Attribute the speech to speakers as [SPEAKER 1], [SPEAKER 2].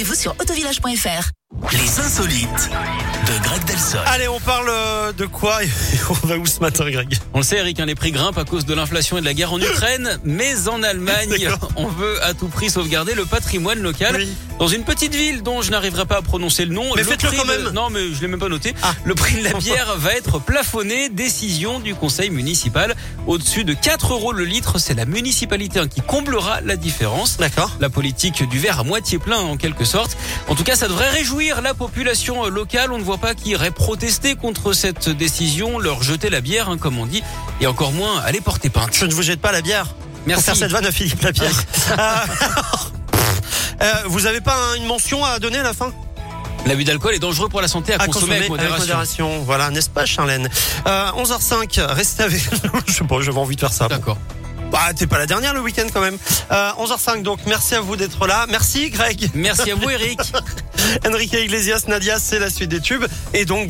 [SPEAKER 1] Et vous sur autovillage.fr.
[SPEAKER 2] Les insolites de Greg Delsol.
[SPEAKER 3] Allez, on parle euh, de quoi et on va où ce matin, Greg
[SPEAKER 4] On le sait, Eric, hein, les prix grimpent à cause de l'inflation et de la guerre en Ukraine, mais en Allemagne,
[SPEAKER 3] D'accord.
[SPEAKER 4] on veut à tout prix sauvegarder le patrimoine local.
[SPEAKER 3] Oui.
[SPEAKER 4] Dans une petite ville dont je n'arriverai pas à prononcer le nom.
[SPEAKER 3] Mais faites-le
[SPEAKER 4] prix
[SPEAKER 3] quand
[SPEAKER 4] de-
[SPEAKER 3] même.
[SPEAKER 4] Non, mais je l'ai même pas noté.
[SPEAKER 3] Ah.
[SPEAKER 4] Le prix de la bière va être plafonné. Décision du conseil municipal. Au-dessus de 4 euros le litre, c'est la municipalité hein, qui comblera la différence.
[SPEAKER 3] D'accord.
[SPEAKER 4] la politique du verre à moitié plein en quelque sorte. En tout cas, ça devrait réjouir la population euh, locale. On ne voit pas qui irait protester contre cette décision, leur jeter la bière, hein, comme on dit, et encore moins aller porter peinte.
[SPEAKER 3] Je ne vous jette pas la bière.
[SPEAKER 4] Merci.
[SPEAKER 3] Pour faire cette vanne à Philippe Lapierre. Ah, Euh, euh, vous avez pas un- une mention à donner à la fin
[SPEAKER 4] L'abus d'alcool est dangereux pour la santé à,
[SPEAKER 3] À
[SPEAKER 4] consommer, avec modération.
[SPEAKER 3] modération. Voilà, n'est-ce pas, Charlène euh, 11h05, restez avec nous. Je sais pas, j'avais envie de faire ça.
[SPEAKER 4] D'accord.
[SPEAKER 3] Bah, t'es pas la dernière le week-end quand même. Euh, 11h05, donc merci à vous d'être là. Merci, Greg.
[SPEAKER 4] Merci à vous, Eric.
[SPEAKER 3] Enrique Iglesias, Nadia, c'est la suite des tubes. Et donc,